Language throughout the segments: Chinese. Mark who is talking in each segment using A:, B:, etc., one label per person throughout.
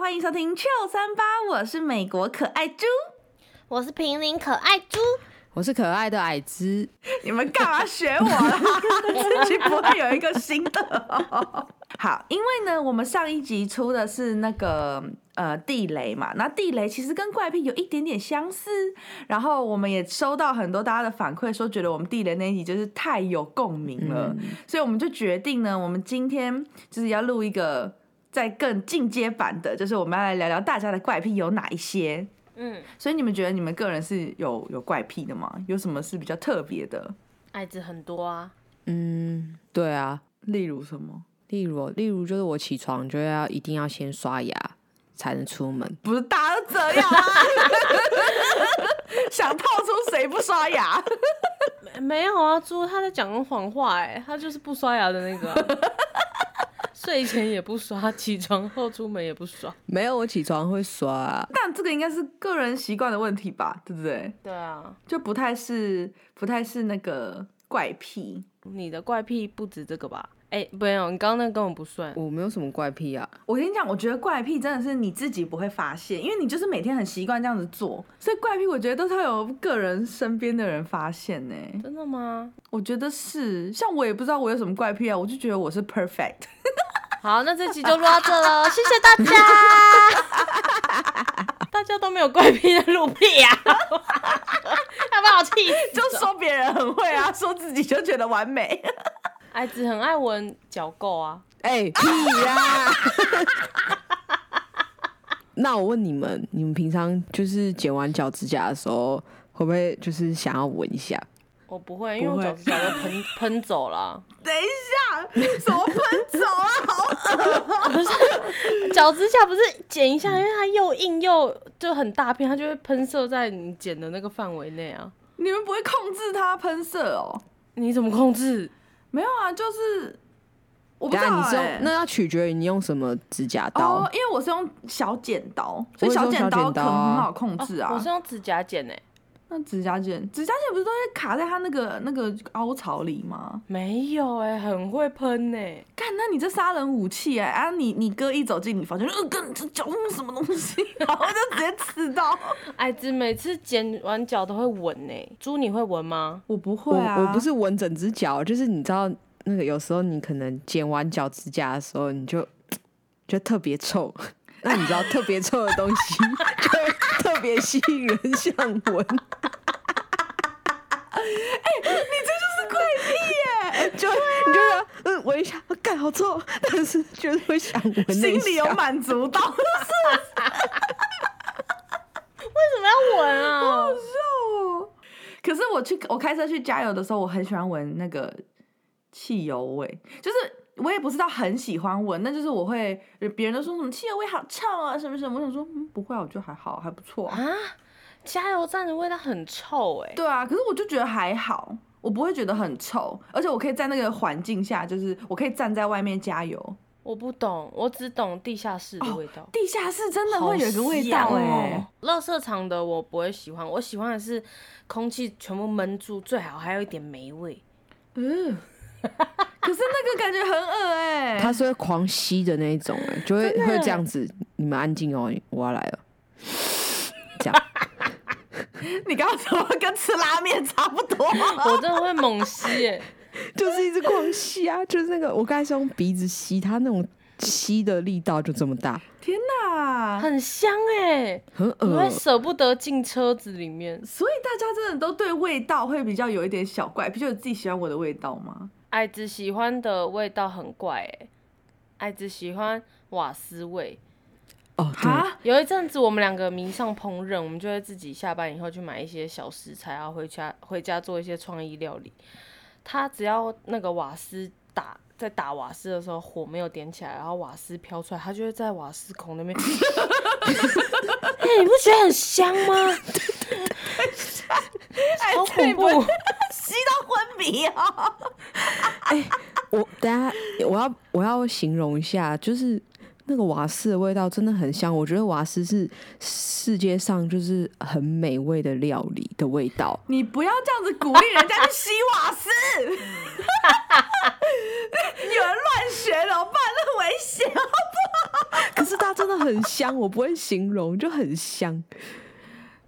A: 欢迎收听 Chill 三八，我是美国可爱猪。
B: 我是平林可爱猪，
C: 我是可爱的矮子，
A: 你们干嘛学我 啦？自己不会有一个新的哦、 好，因为呢，我们上一集出的是那个呃地雷嘛，那地雷其实跟怪癖有一点点相似。然后我们也收到很多大家的反馈，说觉得我们地雷那一集就是太有共鸣了，所以我们就决定呢，我们今天就是要录一个在更进阶版的，就是我们要来聊聊大家的怪癖有哪一些。
B: 嗯，
A: 所以你们觉得你们个人是有有怪癖的吗？有什么是比较特别的？
B: 矮子很多啊，
C: 嗯，对啊，
A: 例如什么？
C: 例如哦，例如就是我起床就要一定要先刷牙才能出门，
A: 不是大家都这样啊？ 想泡出谁不刷牙？
B: 没没有啊，猪他在讲谎话哎、他就是不刷牙的那个 啊、睡前也不刷，起床后出门也不刷，
C: 没有我起床会刷、啊，
A: 但这个应该是个人习惯的问题吧，对不对？
B: 对啊，
A: 就不太是不太是那个怪癖。
B: 你的怪癖不止这个吧？哎、没有，你刚刚那个根本不算，
C: 我没有什么怪癖啊，
A: 我跟你讲，我觉得怪癖真的是你自己不会发现，因为你就是每天很习惯这样子做，所以怪癖我觉得都是要有个人身边的人发现呢、
B: 真的吗？
A: 我觉得是，像我也不知道我有什么怪癖啊，我就觉得我是 perfect。
B: 好，那这期就录到这 喽，谢谢大 家。大家都没有怪癖的录屁 呀、啊，要把我气死
A: 就
B: 了！
A: 说别人很会啊，说自己就觉得完美。
B: 矮子很爱闻脚垢啊，
C: 哎、 屁呀、 那我问你们，你们平常就是剪完脚指甲的时候，会不会就是想要闻一下？
B: 我不会，因为
A: 不
B: 我
A: 会
B: 脚趾甲都 喷喷走了，啊
A: 等一下，怎么分手啊？好
B: 脚指甲不是剪一
A: 嗯
B: 下，因为它又硬又就很大片，它就会喷射在你剪的那个范围内啊。
A: 你们不会控制它喷射哦？
B: 你怎么控制？
A: 没有啊，就是我不
C: 等
A: 知
C: 一下
A: 道、
C: 你是
A: 欸
C: 用。那要取决于你用什么指甲刀。
A: 哦，因为我是用小剪刀，所以
C: 我也是用
A: 剪
C: 小
A: 刀
C: 剪
A: 可
C: 刀
A: 能
C: 啊
A: 很好控制啊。
B: 哦我是用指甲剪欸诶、
A: 那指甲剪，指甲剪不是都会卡在它那个那个凹槽里吗？
B: 没有诶、很会喷欸诶、
A: 干，那你这杀人武器哎、啊！你你哥一走进你房间，呃，跟这脚嗯什么东西， 然后就直接刺到。
B: 矮子每次剪完脚都会闻诶、猪你会闻吗？
A: 我不会
C: 我
A: 啊，
C: 我不是闻整只脚，就是你知道那个有时候你可能剪完脚指甲的时候，你就觉得特别臭。那你知道特别臭的东西 就会特别吸引人向闻，
A: 是怪癖耶、
C: 就会你就想嗯闻一下，啊干好臭，但是就是会想闻那
A: 心
C: 一
A: 里有
C: 下
A: 满足到，是
B: 为什么要闻啊？
A: 哦。 可是我去我开车去加油的时候，我很喜欢闻那个汽油味，就是我也不知道很喜欢闻，那就是我会别人都说什么汽油味好臭啊，什么什么，我想说嗯不会啊，我觉得还好，还不错啊。
B: 啊，加油站的味道很臭欸诶、
A: 对啊，可是我就觉得还好，我不会觉得很臭，而且我可以在那个环境下，就是我可以站在外面加油。
B: 我不懂，我只懂地下室的味道。
A: 地下室真的会有一个味道哎、
B: 啊哦垃圾场的我不会喜欢，我喜欢的是空气全部闷住，最好还有一点霉 味。
A: 嗯，可是那个感觉很恶哎、
C: 它是会狂吸的那一种、欸，就会
B: 真的
C: 会这样子。你们安静哦，我要来了，这 样。
A: 你刚刚怎么跟吃拉面差不多？
B: 我真的会猛吸欸耶、
C: 就是一直狂吸啊，就是那个我刚才是用鼻子吸，它那种吸的力道就这么大，
A: 天哪！
B: 很香哎、
C: 很
A: 呃
B: 我会
C: 恶
B: 舍不得进车子里面。
A: 所以大家真的都对味道会比较有一点小怪，比如自己喜欢我的味道吗？
B: 矮子喜欢的味道很怪哎、矮子喜欢瓦斯味。
C: 哦。对，
A: 哈，
B: 有一阵子我们两个迷上烹饪，我们就会自己下班以后去买一些小食材，然后回家回家做一些创意料理。他只要那个瓦斯打在打瓦斯的时候，火没有点起来，然后瓦斯飘出来，他就会在瓦斯孔那边。哎、你不觉得很香吗？好恐怖！
A: 吸到昏迷
B: 哦
A: 啊！
C: 哎我等一下我要我要形容一下，就是那个瓦斯的味道真的很香，我觉得瓦斯是世界上就是很美味的料理的味道。
A: 你不要这样子鼓励人家去吸瓦斯，有人乱学怎么办？那危险！哦
C: 可是它真的很香，香，我不会形容，就很香。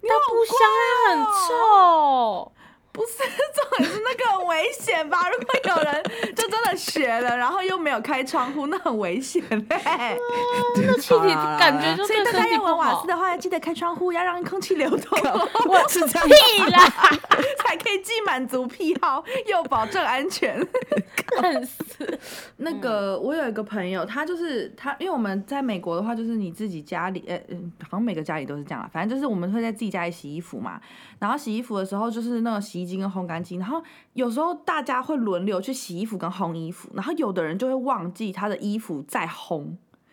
B: 但不香又很臭。
A: 不是，重点是那个很危险吧？如果有人就真的学了，然后又没有开窗户，那很危险嘞、
B: 那气体感觉就
A: 所以大
B: 对身
A: 家
B: 体
A: 要
B: 不
A: 玩瓦
B: 好
A: 斯。的话，要记得开窗户，要让空气流通，哦
C: 我 是这样
B: 屁啦，
A: 才可以既满足癖好又保证安全。 嗯
B: 很死。
A: 那个，我有一个朋友，他就是他，因为我们在美国的话，就是你自己家里，呃，嗯好像每个家里都是这样啦。反正就是我们会在自己家里洗衣服嘛，然后洗衣服的时候就是那种洗衣机跟烘干机，然后有时候大家会轮流去洗衣服跟烘衣服，然后有的人就会忘记他的衣服在烘。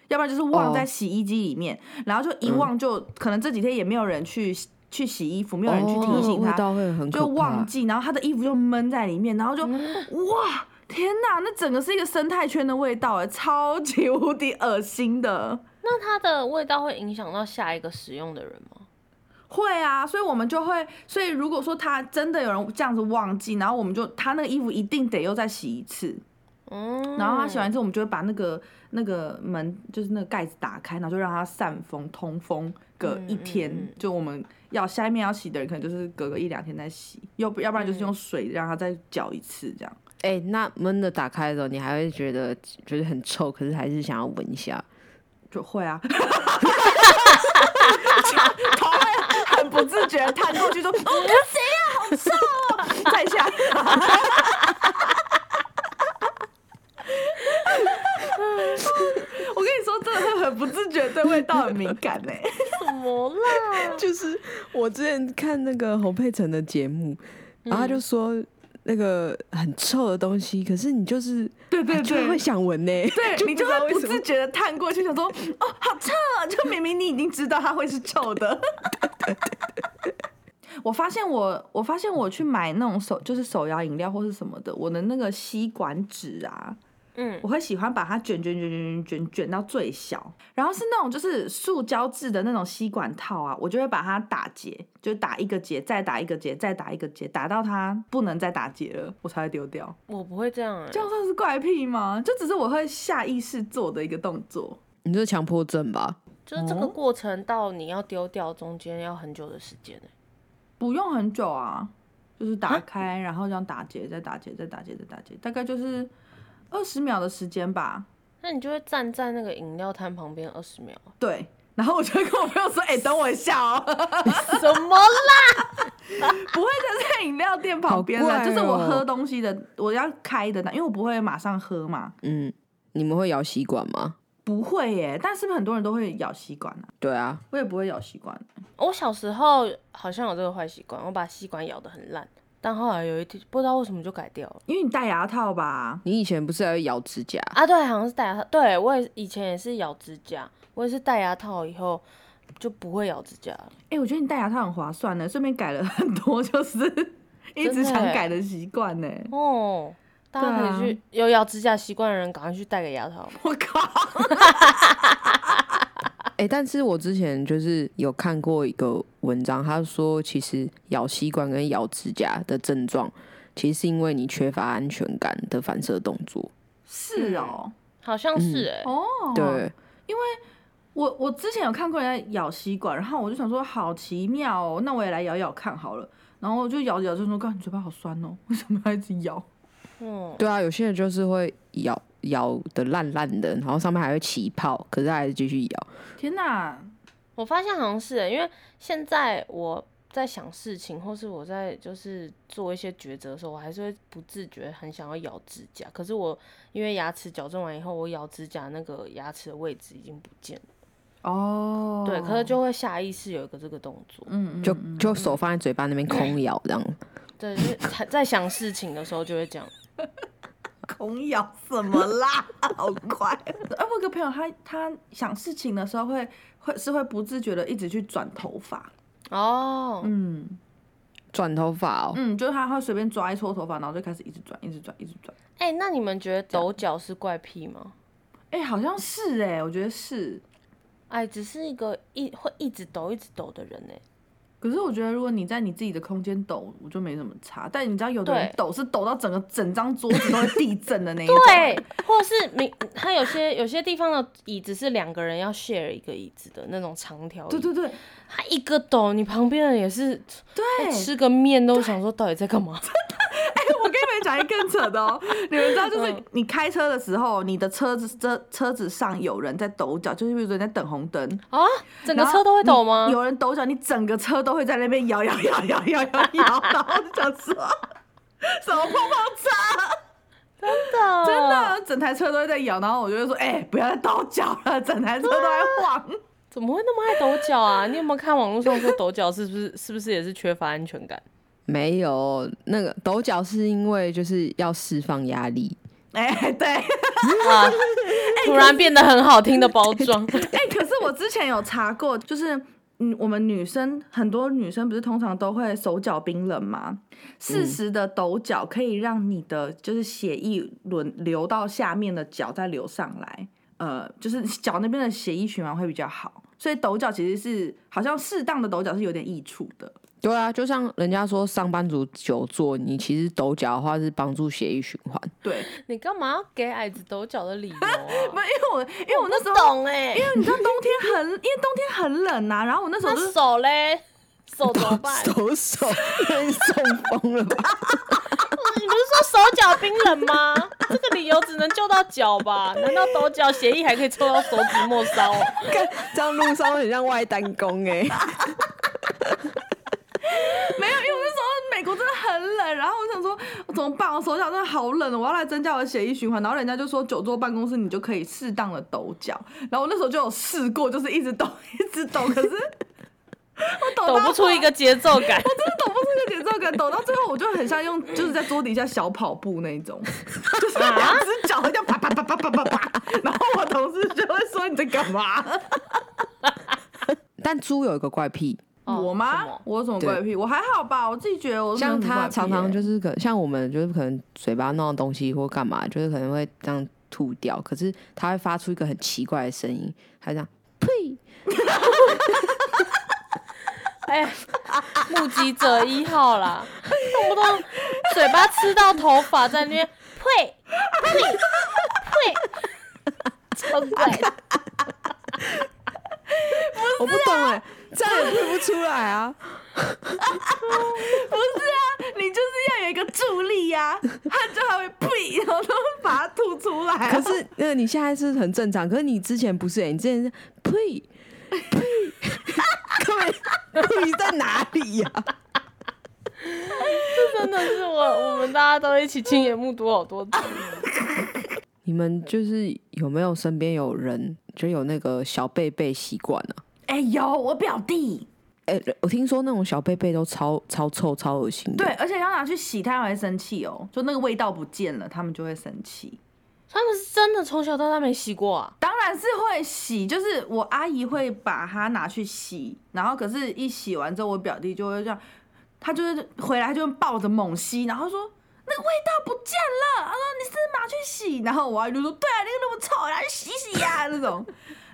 A: 要不然就是忘
C: 哦嗯
A: 在洗衣机里面然后就一忘就、可能这几天也没有人去去洗衣服，没有人去提醒
C: 哦
A: 他，
C: 那个味道会很可
A: 就忘
C: 怕
A: 记，然后他的衣服就闷在里面，然 后就哇，天哪，那整个是一个生态圈的味道，哎，超级无敌恶心的。
B: 那它的味道会影响到下一个使用的人吗？
A: 会啊，所以我们就会，所以如果说他真的有人这样子忘记，然后我们就他那个衣服一定得又再洗一次，
B: 嗯，
A: 然后他洗完之后，我们就会把那个那个门就是那个盖子打开，然后就让它散风通风个一天，
B: 嗯嗯嗯
A: 就我们要下一面要洗的人，可能就是隔个一两天再洗，要不要不然
B: 嗯
A: 就是用水让它再搅一次这样。
C: 哎、那闷的打开的时候，你还会觉得就是很臭，可是还是想要闻一下。
A: 就会 啊，头会很不自觉地探过去 说：“哦，不行啊，好臭、哦！”再下，我跟你说，真的会很不自觉对味道很敏感呢、欸
B: 什么 啦？
C: 就是我之前看那个侯佩岑的节目，
A: 嗯
C: 然后他就说那个很臭的东西，可是你就是
A: 对对
C: 啊就
A: 对
C: 会想闻呢、
A: 对你
C: 不
A: 就
C: 知道
A: 会
C: 为
A: 不
C: 什么
A: 自觉的探过去，想说：“哦，好臭哦！”就明明你已经知道它会是臭的。 我发现我，我发现我去买那种手就是手摇饮料或是什么的，我的那个吸管纸啊，
B: 嗯
A: 我，会喜欢把它卷卷卷卷卷卷卷到最小，然后是那种就是塑胶制的那种吸管套啊，我就会把它打结，就打一个结，再打一个结，再打一个结，打到它不能再打结了，我才会丢掉。
B: 我不会这样哎、
A: 这样算是怪癖吗？就只是我会下意识做的一个动作。
C: 你这强迫症吧？
B: 就是这个
A: 哦
B: 过程到你要丢掉中间要很久的时间哎、
A: 不用很久啊，就是打
B: 啊
A: 开，然后这样打结，再打结，再打结，再打结，大概就是二十秒的时间吧。
B: 那你就会站在那个饮料摊旁边二十秒，
A: 对，然后我就会跟我朋友说：“哎、等我一下哦，
B: 什么啦？
A: 不会站在饮料店旁边
C: 好
A: 的，
C: 怪哦
A: 就是我喝东西的，我要开的那，因为我不会马上喝嘛。
C: 嗯，你们会咬吸管吗？
A: 不会耶，但是不是很多人都会咬吸管啊？
C: 对啊，
A: 我也不会咬吸管。
B: 我小时候好像有这个坏习惯，我把吸管咬得很烂，但后来有一天不知道为什么就改掉了。
A: 因为你戴牙套吧，
C: 你以前不是还会咬指甲？
B: 啊，对，好像是戴牙套。对我也以前也是咬指甲，我也是戴牙套以后就不会咬指甲了。
A: 哎、我觉得你戴牙套很划算呢，顺便改了很多，就是 一直
B: 真的
A: 想
B: 欸
A: 改的习惯呢。
B: 哦，大家可以去、有咬指甲习惯的人，赶快去戴个牙套。
A: 我靠！
C: 哎、但是我之前就是有看过一个文章，他说其实咬吸管跟咬指甲的症状，其实是因为你缺乏安全感的反射动作。
A: 是哦，
B: 好像是哎、
A: 哦，
C: 对，
A: 我我之前有看过人家咬吸管，然后我就想说好奇妙哦，那我也来咬咬看好了。然后我就咬着咬着说，看你嘴巴好酸哦，为什么要一直咬？
B: 嗯，
C: 对啊，有些人就是会咬咬的烂烂的，然后上面还会起泡，可是他还是继续咬。
A: 天哪！
B: 我发现好像是、欸，因为现在我在想事情，或是我在就是做一些抉择的时候，我还是会不自觉很想要咬指甲。可是我因为牙齿矫正完以后，我咬指甲那个牙齿的位置已经不见了，
A: 哦，
B: 对，可是就会下意识有一个这个动作，
A: 嗯嗯
C: 就 就手放在嘴巴那边空咬这样。
B: 对，就是在在想事情的时候就会这样。
A: 空咬什么 啦？好快！哎，我有个朋友他他想事情的时候会会是会不自觉的一直去转头发，
B: 哦，
A: 嗯
C: 转头发哦，
A: 嗯，就是他会随便抓一撮头发，然后就开始一直转，一直转，一直转。
B: 哎、那你们觉得抖脚是怪癖吗？
A: 哎、好像是哎、我觉得是。
B: 哎，只是一个一会一直抖一直抖的人呢、
A: 可是我觉得，如果你在你自己的空间抖，我就没什么差。但你知道，有的人
B: 对
A: 抖是抖到整个整张桌子都会地震的那一 种。
B: 对， 或是明它有些有些地方的椅子是两个人要 share 一个椅子的那种长条椅，
A: 对对对
B: 它一个抖，你旁边的也是
A: 对，
B: 吃个面都想说到底在 干嘛？
A: 我跟你们讲一更扯的哦，你们知道，就是
B: 嗯
A: 你开车的时候，你的车子车车子上有人在抖脚，就是比如说你在等红灯，
B: 啊，整个
A: 然后
B: 车都会抖吗
A: 你？有人抖脚，你整个车都会在那边摇摇摇摇摇摇摇，然后就想说什么碰碰车，
B: 真的
A: 真，的，
B: 嗯
A: 整台车都会在摇，然后我就会说，哎、不要再抖脚了，整台车都在晃。
B: 怎么会那么爱抖脚啊？你有没有看网络上说抖脚是不是是不是也是缺乏安全 感？
C: 没有那个抖脚是因为就是要释放压力，
A: 哎、对，哎、
B: 啊，突然变得很好听的包装，
A: 哎 可是我之前有查过，就是嗯，我们女生很多女生不是通常都会手脚冰冷吗？适时的抖脚可以让你的就是血液轮流到下面的脚再流上来，呃，就是 脚那边的血液循环会比较好。所以抖脚其实是好像适当的抖脚是有点益处的，
C: 对啊，就像人家说上班族久坐，你其实抖脚的话是帮助血液循环。
A: 对，
B: 你干嘛要给矮子抖脚的理 由
A: 不，因
B: 啊？
A: 为我因为我那时候，
B: 懂哎、
A: 因为你知道冬天很，因为冬天很冷呐、然后我那时候就是
B: 那手嘞，手怎么办？
C: 抖手，因为中风了吧？
B: 你不是说手脚冰冷吗？这个理由只能救到脚吧？难道抖脚协议还可以抽到手指末梢哦？
C: 干这样路上很像外单工哎、
A: 没有，因为我那时候美国真的很冷，然后我想说我怎么办？我手脚真的好冷，我要来增加我的血液循环。然后人家就说久坐办公室你就可以适当的抖脚，然后我那时候就有试过，就是一直抖，一直抖，可是我抖
B: 抖
A: 到
B: 不出一个节奏感。
A: 真的抖不出一个节奏感，抖到最后我就很像用就是在桌底下小跑步那一 种，就是
B: 啊
A: 两只脚这样啪啪啪啪啪啪啪，然后我同事就会说你在干嘛？
C: 但猪有一个怪癖，
B: 哦
A: 我
B: 什
A: 吗
B: 么？
A: 我有什么怪癖？我还好吧，我自己觉得我没有
C: 像
A: 什么怪
C: 他
A: 癖
C: 常常
A: 欸
C: 就是可像我们就是可能嘴巴弄到东西或干嘛，就是可能会这样吐掉，可是他会发出一个很奇怪的声音，他这样呸，
B: 哎、目击者一号啦，动不动嘴巴吃到头发，在那边呸呸呸，超怪的。
C: 我不懂哎、这样也吐不出来啊。
A: 不是 啊，你就是要有一个助力 呀、他就还会呸，然后都把它吐出来、啊
C: 可是那个你现在是很正常，可是你之前不是、欸，你之前是呸 呸，各位故意在哪里呀、
B: 真的是我，我们大家都一起亲眼目睹好多次。
C: 你们就是有没有身边有人就有那个小贝贝习惯啊？
A: 哎有我表弟，
C: 哎、我听说那种小贝贝都超超臭、超恶心的。
A: 对，，而且要拿去洗，他还会生气哦，就那个味道不见了，他们就会生气。
B: 他们是真的从小到大没洗过啊？
A: 当然是会洗，就是我阿姨会把它拿去洗，然后可是，一洗完之后，我表弟就会这样，他就是回来就抱着猛吸，然后说那个味道不见了，他说你是不是拿去洗，然后我阿姨就说对啊，那个那么臭，拿去洗洗呀、那种，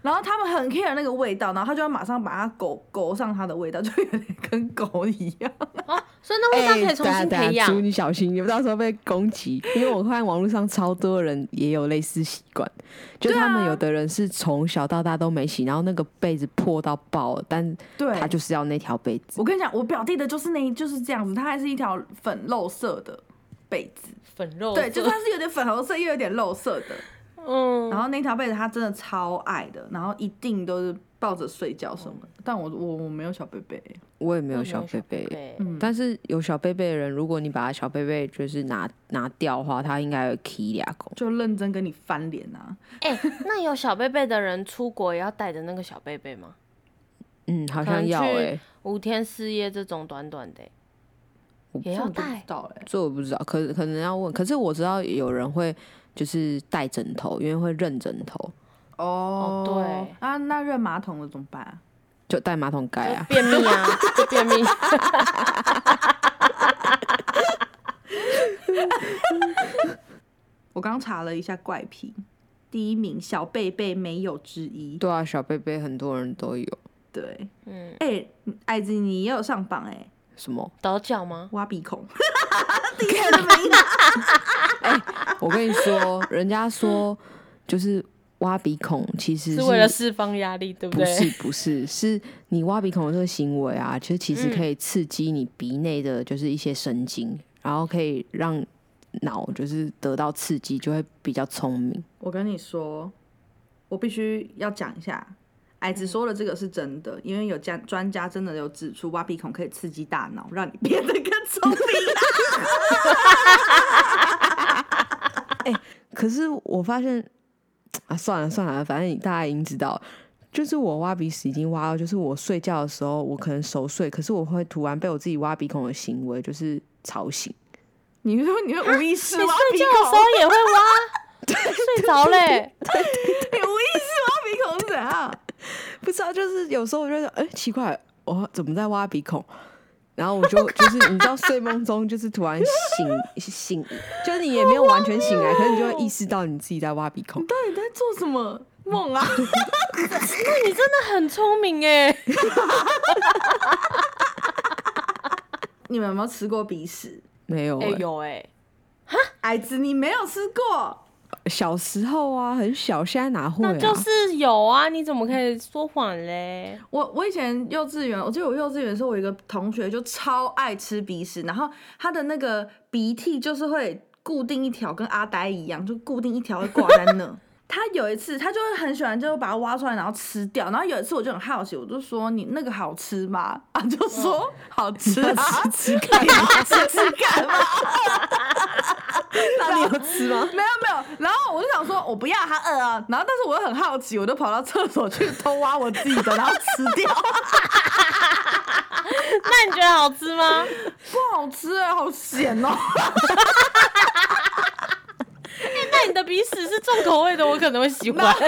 A: 然后他们很 care 那个味道，然后他就要马上把它狗狗上它的味道，就有点跟狗一样。
B: 啊，所以那味道可以重
C: 哎
B: 新培养。
C: 猪，你小心，你到时候被攻击。因为我看网络上超多人也有类似习惯，就
A: 对啊
C: 他们有的人是从小到大都没洗，然后那个被子破到爆了，但
A: 对，
C: 他就是要那条被子。
A: 我跟你讲，我表弟的就是那就是这样子，它还是一条粉肉色的被子，
C: 啊
B: 粉肉
A: 对，就是它是有点粉红色又有点肉色的。
B: 嗯，
A: 然后那条被子他真的超爱的，然后一定都是抱着睡觉什么的。
B: 嗯
A: 但我我我没有小贝贝，
C: 我也没有
B: 我没
C: 小
B: 有
C: 贝贝，
B: 对，
A: 嗯，
C: 但是有小贝贝的人，如果你把他小贝贝就是拿拿掉的话，他应该会踢俩狗。
A: 就认真跟你翻脸啊。
B: 哎、那有小贝贝的人出国也要带着那个小贝贝吗？
C: 嗯，好
B: 可
C: 像
B: 能
C: 要
B: 去
C: 哎、
B: 五天四夜这种短短的、
C: 我
B: 也
A: 这
B: 要
A: 我就不
B: 带
A: 知。道哎、
C: 这我不知道，可可能要问。可是我知道有人会就是带枕头，因为会认枕头，
A: 哦
B: 对
A: 啊，那认马桶的怎么办、啊？
C: 就带马桶盖
B: 就
C: 啊。
B: 便秘啊，就便 秘。
A: 我刚查了一下怪癖，第一名小贝贝没有之一。
C: 对啊，小贝贝很多人都有。
A: 对，
B: 嗯，
A: 哎、矮子你也有上榜哎、
C: 什么？
B: 倒脚吗？
A: 挖鼻孔， 第一个都没拿
B: 啊
C: 我跟你 说，人家说就是挖鼻孔，其实
B: 是为了释放压力，对
C: 不是
B: 对？
C: 不是，是你挖鼻孔的这个行为啊，其实其实可
B: 嗯
C: 以刺激你鼻内的就是一些神经，然后可以让脑就是得到刺激，就会比较聪明。
A: 我跟你说，我必须要讲一下，矮
B: 嗯
A: 子说的这个是真的，因为有家专家真的有指出，挖鼻孔可以刺激大脑，让你变得更聪明。啊
C: 可是我发现啊，算了算了，反正大家已经知道了，就是我挖鼻屎已经挖到，就是我睡觉的时候，我可能熟睡，可是我会突然被我自己挖鼻孔的行为就是吵醒。
A: 你说你会无意识
B: 你
A: 挖
B: 睡
A: 鼻
B: 觉的时
A: 孔，
B: 候也会 挖，睡着嘞。
A: 你无意识 挖鼻孔是怎样？
C: 不知道，就是有时候我就觉得，哎、奇怪，我怎么在挖鼻孔？然后我就就是你知道，睡梦中就是突然醒醒，就是你也没有完全醒来，可是你就会意识到你自己在挖鼻孔。
A: 到底在做什么梦啊？
B: 你真的很聪明哎！
A: 你们有没有吃过鼻屎？
C: 没有、
B: 哎、
C: 哎
B: 有哎、
A: 矮子，你没有吃过？
C: 小时候啊，很小，现在哪会啊？
B: 那就是有啊！你怎么可以说谎嘞？
A: 我我以前幼稚园，我记得我幼稚园的时候，我有一个同学就超爱吃鼻屎，然后他的那个鼻涕就是会固定一条，跟阿呆一样，就固定一条会挂在那。他有一次，他就会很喜欢，就把它挖出来，然后吃掉。然后有一次，我就很好奇，我就说：“你那个好吃吗？”啊，就说 好吃啊，
C: 吃吃看，
A: 吃吃干嘛？
C: 那你有吃吗？
A: 没有没有，然后我就想说，我不要他饿啊，然后但是我又很好奇，我就跑到厕所去偷挖我自己的，然后吃掉，
B: 那你觉得好吃吗？
A: 不好吃哎、好咸哦、
B: 那你的鼻屎是重口味的，我可能会喜欢。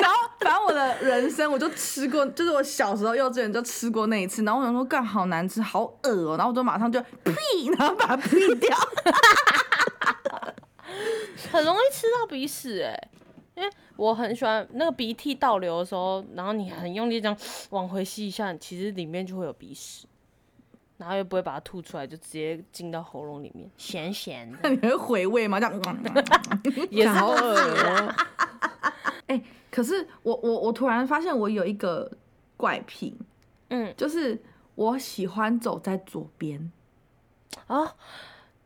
A: 然后反正我的人生我就吃过，就是我小时候幼稚园就吃过那一次，然后我想说干好难吃，好恶哦、然后我就马上就屁，然后 把它屁掉。
B: 很容易吃到鼻屎哎、因为我很喜欢那个鼻涕倒流的时候，然后你很用力这样往回吸一下，其实里面就会有鼻屎，然后又不会把它吐出来，就直接进到喉咙里面，咸咸的，
A: 那你会回味吗？这样。
B: 也是
C: 好恶
A: 啊
C: 哦、
A: 哎、可是我我我突然发现我有一个怪癖，
B: 嗯
A: 就是我喜欢走在左边。
B: 啊。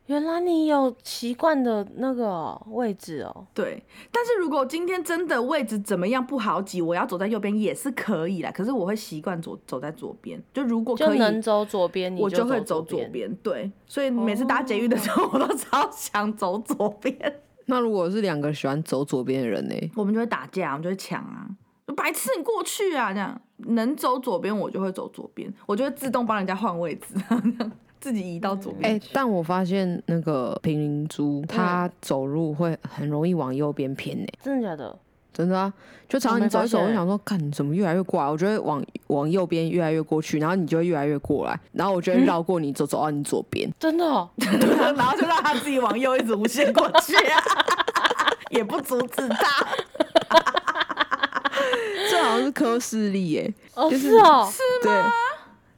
B: 原来你有习惯的那个哦位置哦，
A: 对，但是如果今天真的位置怎么样不好挤，我要走在右边也是可以啦。可是我会习惯走走在左边，就如果
B: 就
A: 可以，
B: 能走左边，你
A: 我就会走
B: 走
A: 左
B: 边。
A: 边。哦对，所以每次搭捷运的时候，我都超想走左边，
C: 那如果是两个喜欢走左边的人呢、
A: 我们就会打架，我们就会抢啊，就白痴你过去啊，这样能走左边我就会走左边，我就会自动帮人家换位置， 自己移到左边。
C: 哎、但我嗯发现那个平林猪，它走路会很容易往右边偏呢、
B: 真的假的？
C: 真的啊，就常
B: 我
C: 常
B: 没
C: 你走一走，
B: 发
C: 我
B: 现
C: 就想说，看你怎么越来越过来，我就会往往右边越来越过去，然后你就会越来越过来，然后我就会绕过你，走走到你左 边。
B: 真的、 哦？
A: 哎啊然后就让他自己往右一直无限过去、啊， 也不阻止他。
C: 这好像是科氏力耶、
B: 哦，
C: 就是
B: 是哦，
C: 对，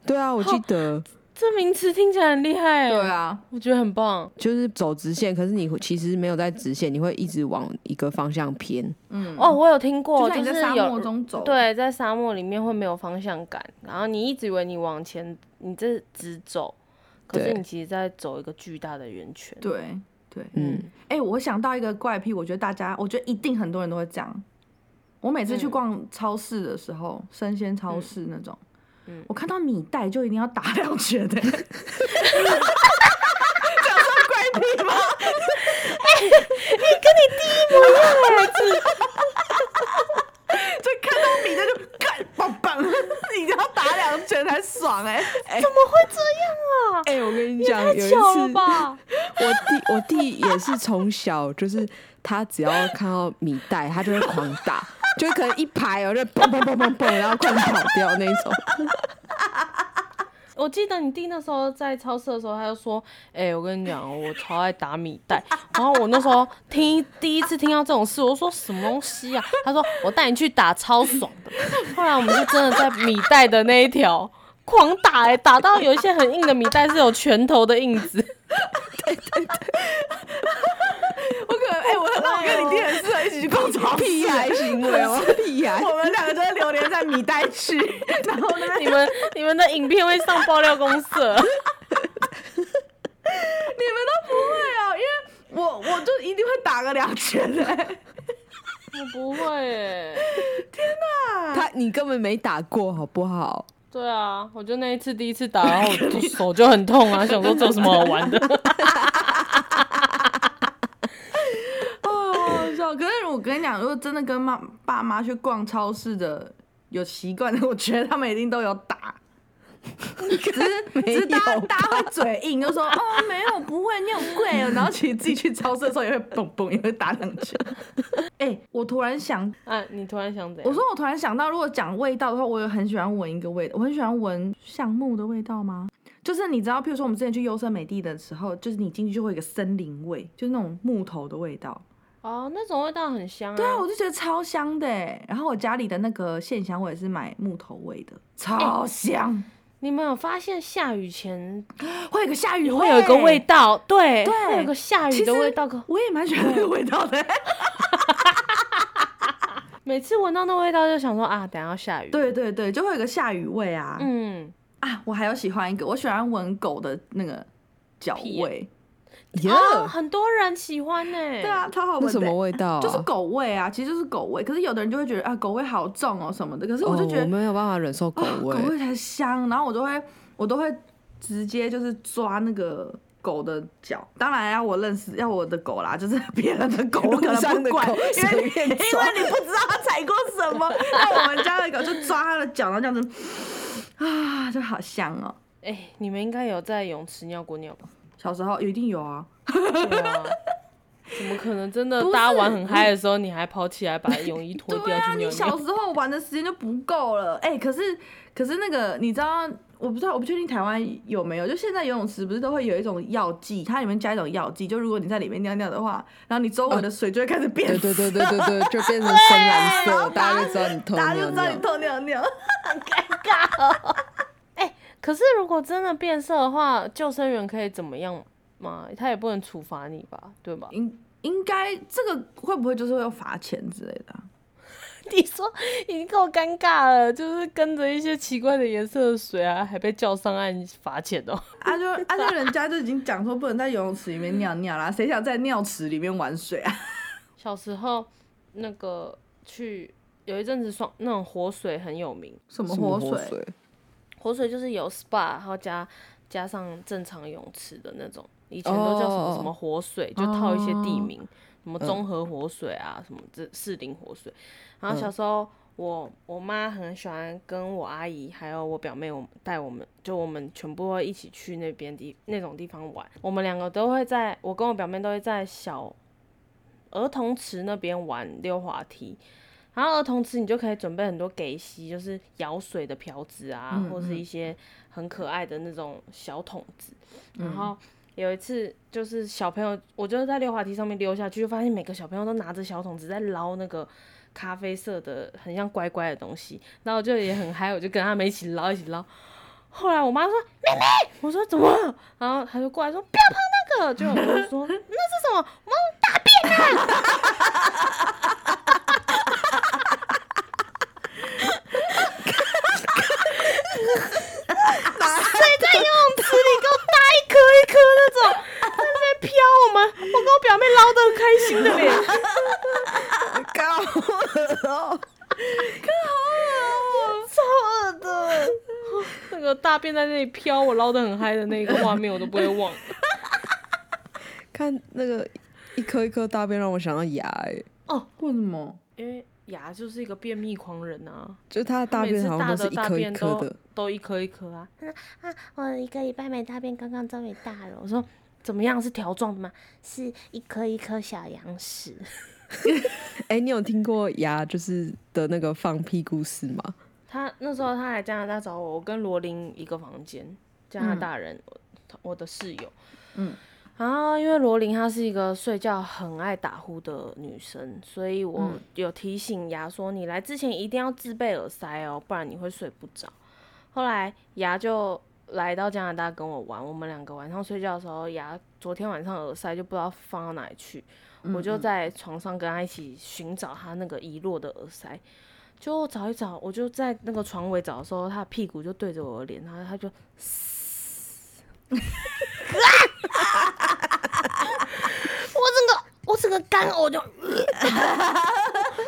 C: 对啊，我记得
B: 这名词听起来很厉害。 欸
A: 对，啊，
B: 我觉得很棒。
C: 就是走直线，可是你会其实没有在直线，你会一直往一个方向偏。
B: 哦，我有听过，
A: 嗯就像你
B: 就
A: 在
B: 是
A: 沙漠
B: 有
A: 中走，，
B: 对，在沙漠里面会没有方向感，然后你一直以为你往前，你这直走，可是
C: 对
B: 你其实在走一个巨大的圆圈。
A: 对对，
C: 嗯，
A: 哎、我想到一个怪癖，我觉得大家，我觉得一定很多人都会这样。我每次去逛超市的时候，生鲜超市那种，
B: 嗯
A: 我看到米袋就一定要打两拳的、欸。 讲怪癖吗？啊 哎、跟你第一模一样、就看到米袋就干棒棒，你要打两拳才爽哎、
B: 怎么会这样啊？
C: 哎、我跟你讲，有
B: 太
C: 一次
B: 巧了吧！
C: 我弟我弟也是从小就是他只要看到米袋，他就会狂打，就 可能一排哦，就砰砰砰砰砰，然后快点跑掉那一种。
B: 我记得你弟那时候在超市的时候，他就说：“哎、我跟你讲哦，我超爱打米袋。” 然后我那时候听第一次听到这种事，我说什么东西啊？他说：“我带你去打，超爽的。” 后来我们就真的在米袋的那一条狂打、哎，打到有一些很硬的米袋是有拳头的印子。
A: 我可能哎、我 那我跟你弟很适合一起去逛超市，
C: 屁孩行为哦，屁孩。
A: 我们两个就会流连在米袋 区，然后 那边
B: 你们你们的影片会上爆料公 社，
A: 你们都不会哦，因为我我就一定会打个两拳的、
B: 我不会、
A: 欸
B: 哎。
C: 他你根本没打过，好不好？
B: 对啊，我就那一次第一次打，然后我就手就很 痛啊，想说这有什么好玩的？
A: 哦，好笑。可是我跟你讲，如果真的跟妈爸妈去逛超市的有习惯的，我觉得他们一定都有 打。只 是只是大家
C: 没有
A: 大家会嘴硬，就说哦没有不会，你很贵哦。然后其实自己去超市的时候也哦会蹦蹦，也会打两拳。哎、我突然想，
B: 啊，你突然想怎样？
A: 我说我突然想到，如果讲味道的话，我也很喜欢闻一个味道，我很喜欢闻橡木的味道吗？就是你知道，譬如说我们之前去优胜美地的时候，就是你进去就会有一个森林味，就是那种木头的味道。
B: 哦，那种味道很香啊。
A: 对啊，我就觉得超香的欸。然后我家里的那个线香，我也是买木头味的，欸超香，
B: 你们有发现下雨前
A: 会有个下雨
B: 会有一个味。道？对，
A: 对
B: 会有个下雨
A: 其实
B: 的味道。可
A: 我也蛮喜欢那个味道的。欸
B: 每次闻到那味道就想说啊，等一下要下雨。，
A: 对对对，就会有个下雨味啊。
B: 嗯，
A: 啊，我还有喜欢一个，我喜欢闻狗的那个脚
B: 屁眼
A: 味。
C: 耶、
B: 哦，很多人喜欢呢。
A: 对啊，，超好闻
C: 啊那
A: 的欸。
C: 什么味道、啊？
A: 就是狗味啊，其实就是狗味。可是有的人就会觉得啊，狗味好重哦什么的。可是我就觉
C: 哦、我
A: 得、
C: 没有办法忍受狗
A: 啊
C: 味。
A: 狗味才香，然后我都会我都会直接就是抓那个。狗的脚，当然要我认识要我的狗啦，就是 别人的狗，我可
C: 路上
A: 能
C: 的
A: 不管，
C: 狗
A: 因
C: 随
A: 为
C: 便
A: 因为
C: 抓
A: 你不知道它踩过什 么。那我们家的狗就抓它的脚，然后这样子， 啊，就好香哦。
B: 哎，你们应该有在泳池尿过 尿吧？
A: 小时候一定有啊，
B: 对啊。怎么可能？真的
A: 不，是
B: 大家玩很嗨的时候，你还跑起来把泳衣脱
A: 对
B: 掉
A: 啊，
B: 去
A: 你
B: 尿
A: 小
B: 尿？
A: 时候玩的时间就不够了。 哎、可是可是那个，你知道，我不知道，我不确定台湾有没有。就现在游泳池不是都会有一种药剂，它里面加一种药剂，就如果你在里面尿尿的话，然后你周围的水就会开始变
C: 对
A: 色，
C: 对对对对对，就变成深 蓝
A: 对然后
C: 色，
A: 大
C: 大
A: 家
C: 家就知道你 偷
A: 大家就
C: 尿
A: 知道你
C: 尿。
A: 偷尿尿。
B: 可是如果真的变色的话，救生员可以怎么样吗？他也不能处罚你吧，对吧？
A: 应应该这个会不会就是会有罚钱之类的啊、
B: 你说已经够尴尬了，就是跟着一些奇怪的颜色的水啊，还被叫上岸罚钱哦。
A: 啊就啊就人家就已经讲说不能在游泳池里面尿尿 啦，谁想在尿池里面玩水啊？
B: 小时候那个去有一阵子双那种活水很有名，
A: 什么
C: 什么
A: 活水？
C: 水？
B: 活水就是有 SPA，然后加加上正常泳池的那种，以前都叫什么
C: 哦
B: 什么活水，就套一些地名，什么综合活水啊，什么这士林活水。然后小时候我我妈很喜欢跟我阿姨还有我表妹，我们带我们就我们全部会一起去那边地那种地方玩。我们两个都会在，我跟我表妹都会在小儿童池那边玩溜滑梯。然后儿童池你就可以准备很多给息，就是舀水的瓢子啊，
A: 嗯
B: 或是
A: 嗯
B: 一些很可爱的那种小桶子。
A: 嗯
B: 然后有一次就是小朋友，我就是在溜滑梯上面溜下去，就发现每个小朋友都拿着小桶子在捞那个咖啡色的很像乖乖的东西，然后我就也很嗨，我就跟他们一起捞一起捞。后来我妈说：“妹妹，我说怎么了？”然后她就过来说：“不要碰那个。”就我就说：“那是什么？”我妈说：“大便啊！”谁在游泳池里给我搭一颗一颗那种，在那边飘我们，我跟我表妹捞的开心的脸。
A: 高哦，
B: 超恶的， 那个大便在那里飘，我捞的很嗨的那个画面，我都不会忘。
C: 看那个一颗一颗大便，让我想到牙、欸，
A: 哦为什么？
B: 因为牙就是一个便秘狂人啊，
C: 就是它的
B: 他
C: 大
B: 每
C: 便
B: 次
C: 好像
B: 大
C: 都是
B: 的
C: 一
B: 大
C: 颗一
B: 便
C: 颗
B: 都
C: 的。
B: 都一颗一颗啊。
D: 啊，我一个礼拜没大便，刚刚终于大了。
B: 我说怎么样是条状的吗？
D: 是一颗一颗小羊屎。
C: 哎、你有听过牙就是的那个放屁故事吗？
B: 他那时候他来加拿大找我，我跟罗琳一个房间，加拿大人，我我的室友。
A: 嗯。
B: 然后因为罗琳她是一个睡觉很爱打呼的女生，所以我
A: 嗯
B: 有提醒牙说，你来之前一定要自备耳塞哦，不然你会睡不着。后来牙就来到加拿大跟我玩，我们两个晚上睡觉的时候，牙昨天晚上耳塞就不知道放到哪里去，我
A: 嗯
B: 就在床上跟他一起寻找他那个遗落的耳塞，就找一找，我就在那个床尾找的时候，他的屁股就对着我的脸，然后他就嘶，我整个我整个干呕就，
D: 呀，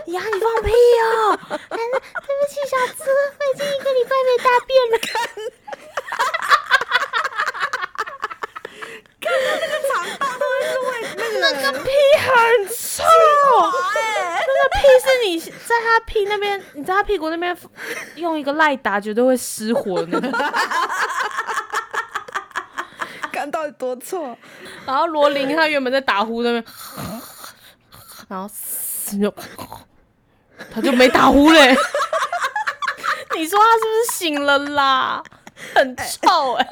D: 你放屁哦！哎对不起，小资，我已经一个礼拜没大便了。
A: 肠道都是为那个
B: 那个屁很臭，那个屁是你在他屁那边，你在他屁股那边用一个赖打，绝对会失火的那种。
A: 啊
C: 看到底多臭？
B: 然后罗琳她原本在打呼那边， 然后嘶就 她就没打呼嘞。 你说她是不是醒了啦？ 很臭哎、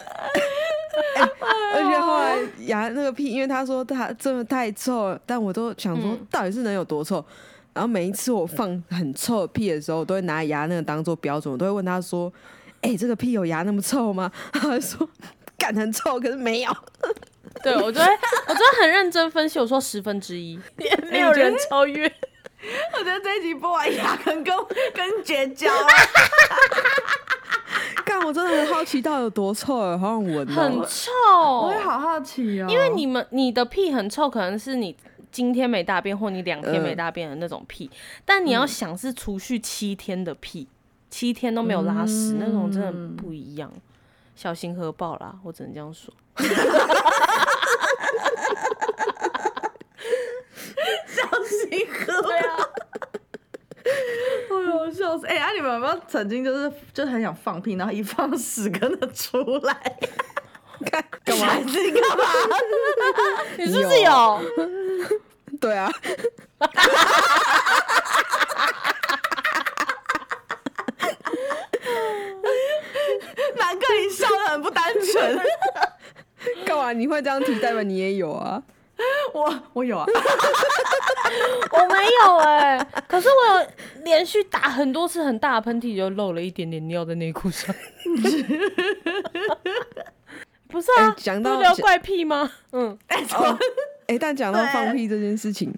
C: 而且后来牙那个屁，因为他说他真的太臭了，但我都想说到底是能有多臭。然后每一次我放很臭的屁的时候，我都会拿牙那个当做标准，我都会问他说：“哎、这个屁有牙那么臭吗？” 他会说：“干很臭，可是没有。
B: 对我就会，我就会很认真分析，我说十分之一， 哎也没有人超越。
A: 我觉得这一集播完牙根跟跟绝交啊了，
C: 干，我真的很好奇到底有多臭了，好想闻
B: 很
C: 哦。
B: 臭， 啊
A: 我也好好奇哦，
B: 因为你们你的屁很臭，可能是你今天没大便或你两天
C: 嗯
B: 没大便的那种屁，但你要想是除去七天的屁，七天都没有拉屎、那种，真
C: 嗯
B: 的不一样。小心核爆啦，我只能这样说。
A: 小心喝。对啊。 哎呦，笑死！哎、啊，你们有没有曾经就是就是很想放屁，然后一放屎跟着出来？
C: 干
A: 干嘛？你干嘛？
B: 你是不是有？
C: 对啊，
A: 难怪你笑得很不单纯。
C: 干嘛你会这样提，代表你也有啊？
A: 我 我有啊，
B: 我没有哎、可是我有连续打很多次很大的喷嚏，就漏了一点点尿在内裤上。 不是啊
C: 哎，讲
B: 不
C: 到
B: 聊怪癖吗？嗯，
C: 哎、但讲到放屁这件事情，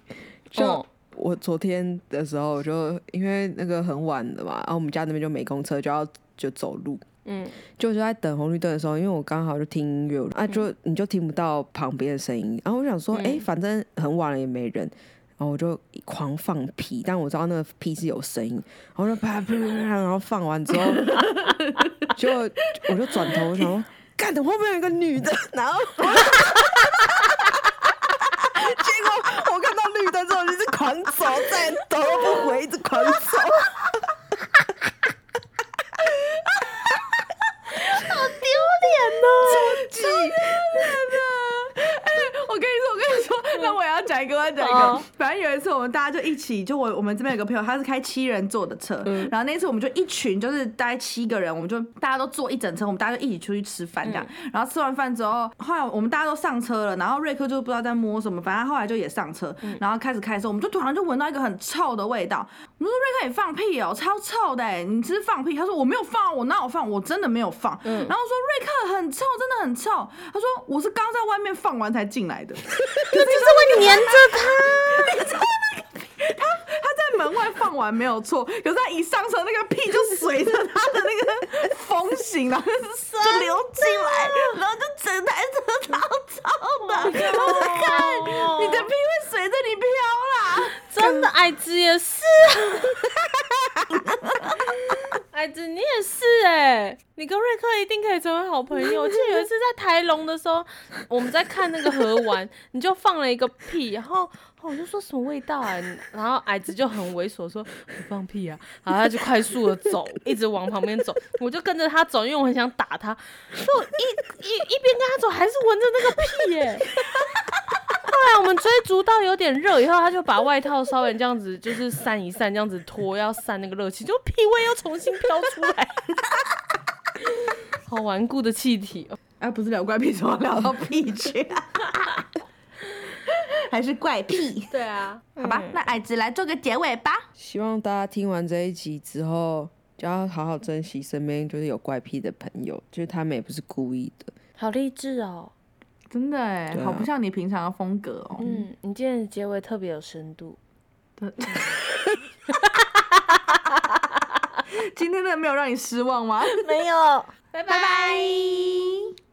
C: 就
B: 哦
C: 我昨天的时候，我就因为那个很晚了嘛，然后我们家那边就没公车，就要就走路。
B: 嗯，
C: 就就在等红绿灯的时候，因为我刚好就听音乐啊，就
B: 嗯
C: 你就听不到旁边的声音。然后我想说，哎、反正很晚了也没人，然后我就狂放屁，但我知道那个屁是有声音，然后就啪啪啪啪，然后放完 之后，就我就转头我想说，干的后面有一个女的， 然后我就。结果我看到绿灯之后，我就是狂走，再也头都不回，一直狂走。
A: 我跟你说，我跟你说，那我也要讲一个，我要讲一个
B: 哦。
A: 反正有一次，我们大家就一起，就我我们这边有个朋友，他是开七人座的车，然后那次我们就一群，就是大概七个人，我们就大家都坐一整车，我们大家就一起出去吃饭这样。然后吃完饭之后，后来我们大家都上车了，然后瑞克就不知道在摸什么，反正他后来就也上车，然后开始开的时候，我们就突然就闻到一个很臭的味道。我们说瑞克你放屁哦，超臭的欸，你是不是放屁？他说我没有放啊，我哪有放？我真的没有放。然后我说瑞克很臭，真的很臭。他说我是刚在外面放完才进来的。
B: 就是会粘着
A: 他在门外放完没有错，可是他一上车，那个屁就随着他的那个风行， 然后就是就流进来，然后就整台车超臭的。
B: 哦
A: 我看你的屁会随着你飘啦。
B: 真的，矮子也是， 矮子你也是哎、你跟瑞克一定可以成为好朋友。我记得有一次在台龙的时候，我们在看那个河玩，你就放了一个屁，然后。哦我就说什么味道啊？你然后矮子就很猥琐说：“我放屁啊！”然后他就快速的走，一直往旁边走。我就跟着他走，因为我很想打他。 哎所以我一一一边跟他走，还是闻着那个屁耶、后来我们出追逐到有点热以后，他就把外套稍微这样子就是散一散，这样子脱要散那个热气，就屁味又重新飘出来， 好顽固的气体哦。
A: 啊，不是聊怪癖，怎么聊到屁去、啊？ 还是怪癖？
B: 对啊，
A: 好吧，那矮子来做个结尾吧。
C: 希望大家听完这一集之后，就要好好珍惜身边就是有怪癖的朋友，就是他们也不是故意的。
B: 好励志哦。
A: 真的哎
C: 对，啊
A: 好不像你平常的风格哦。
B: 嗯，你今天的结尾特别有深度。
A: 今天真的没有让你失望吗？
D: 没有。
B: 拜拜
A: 拜拜。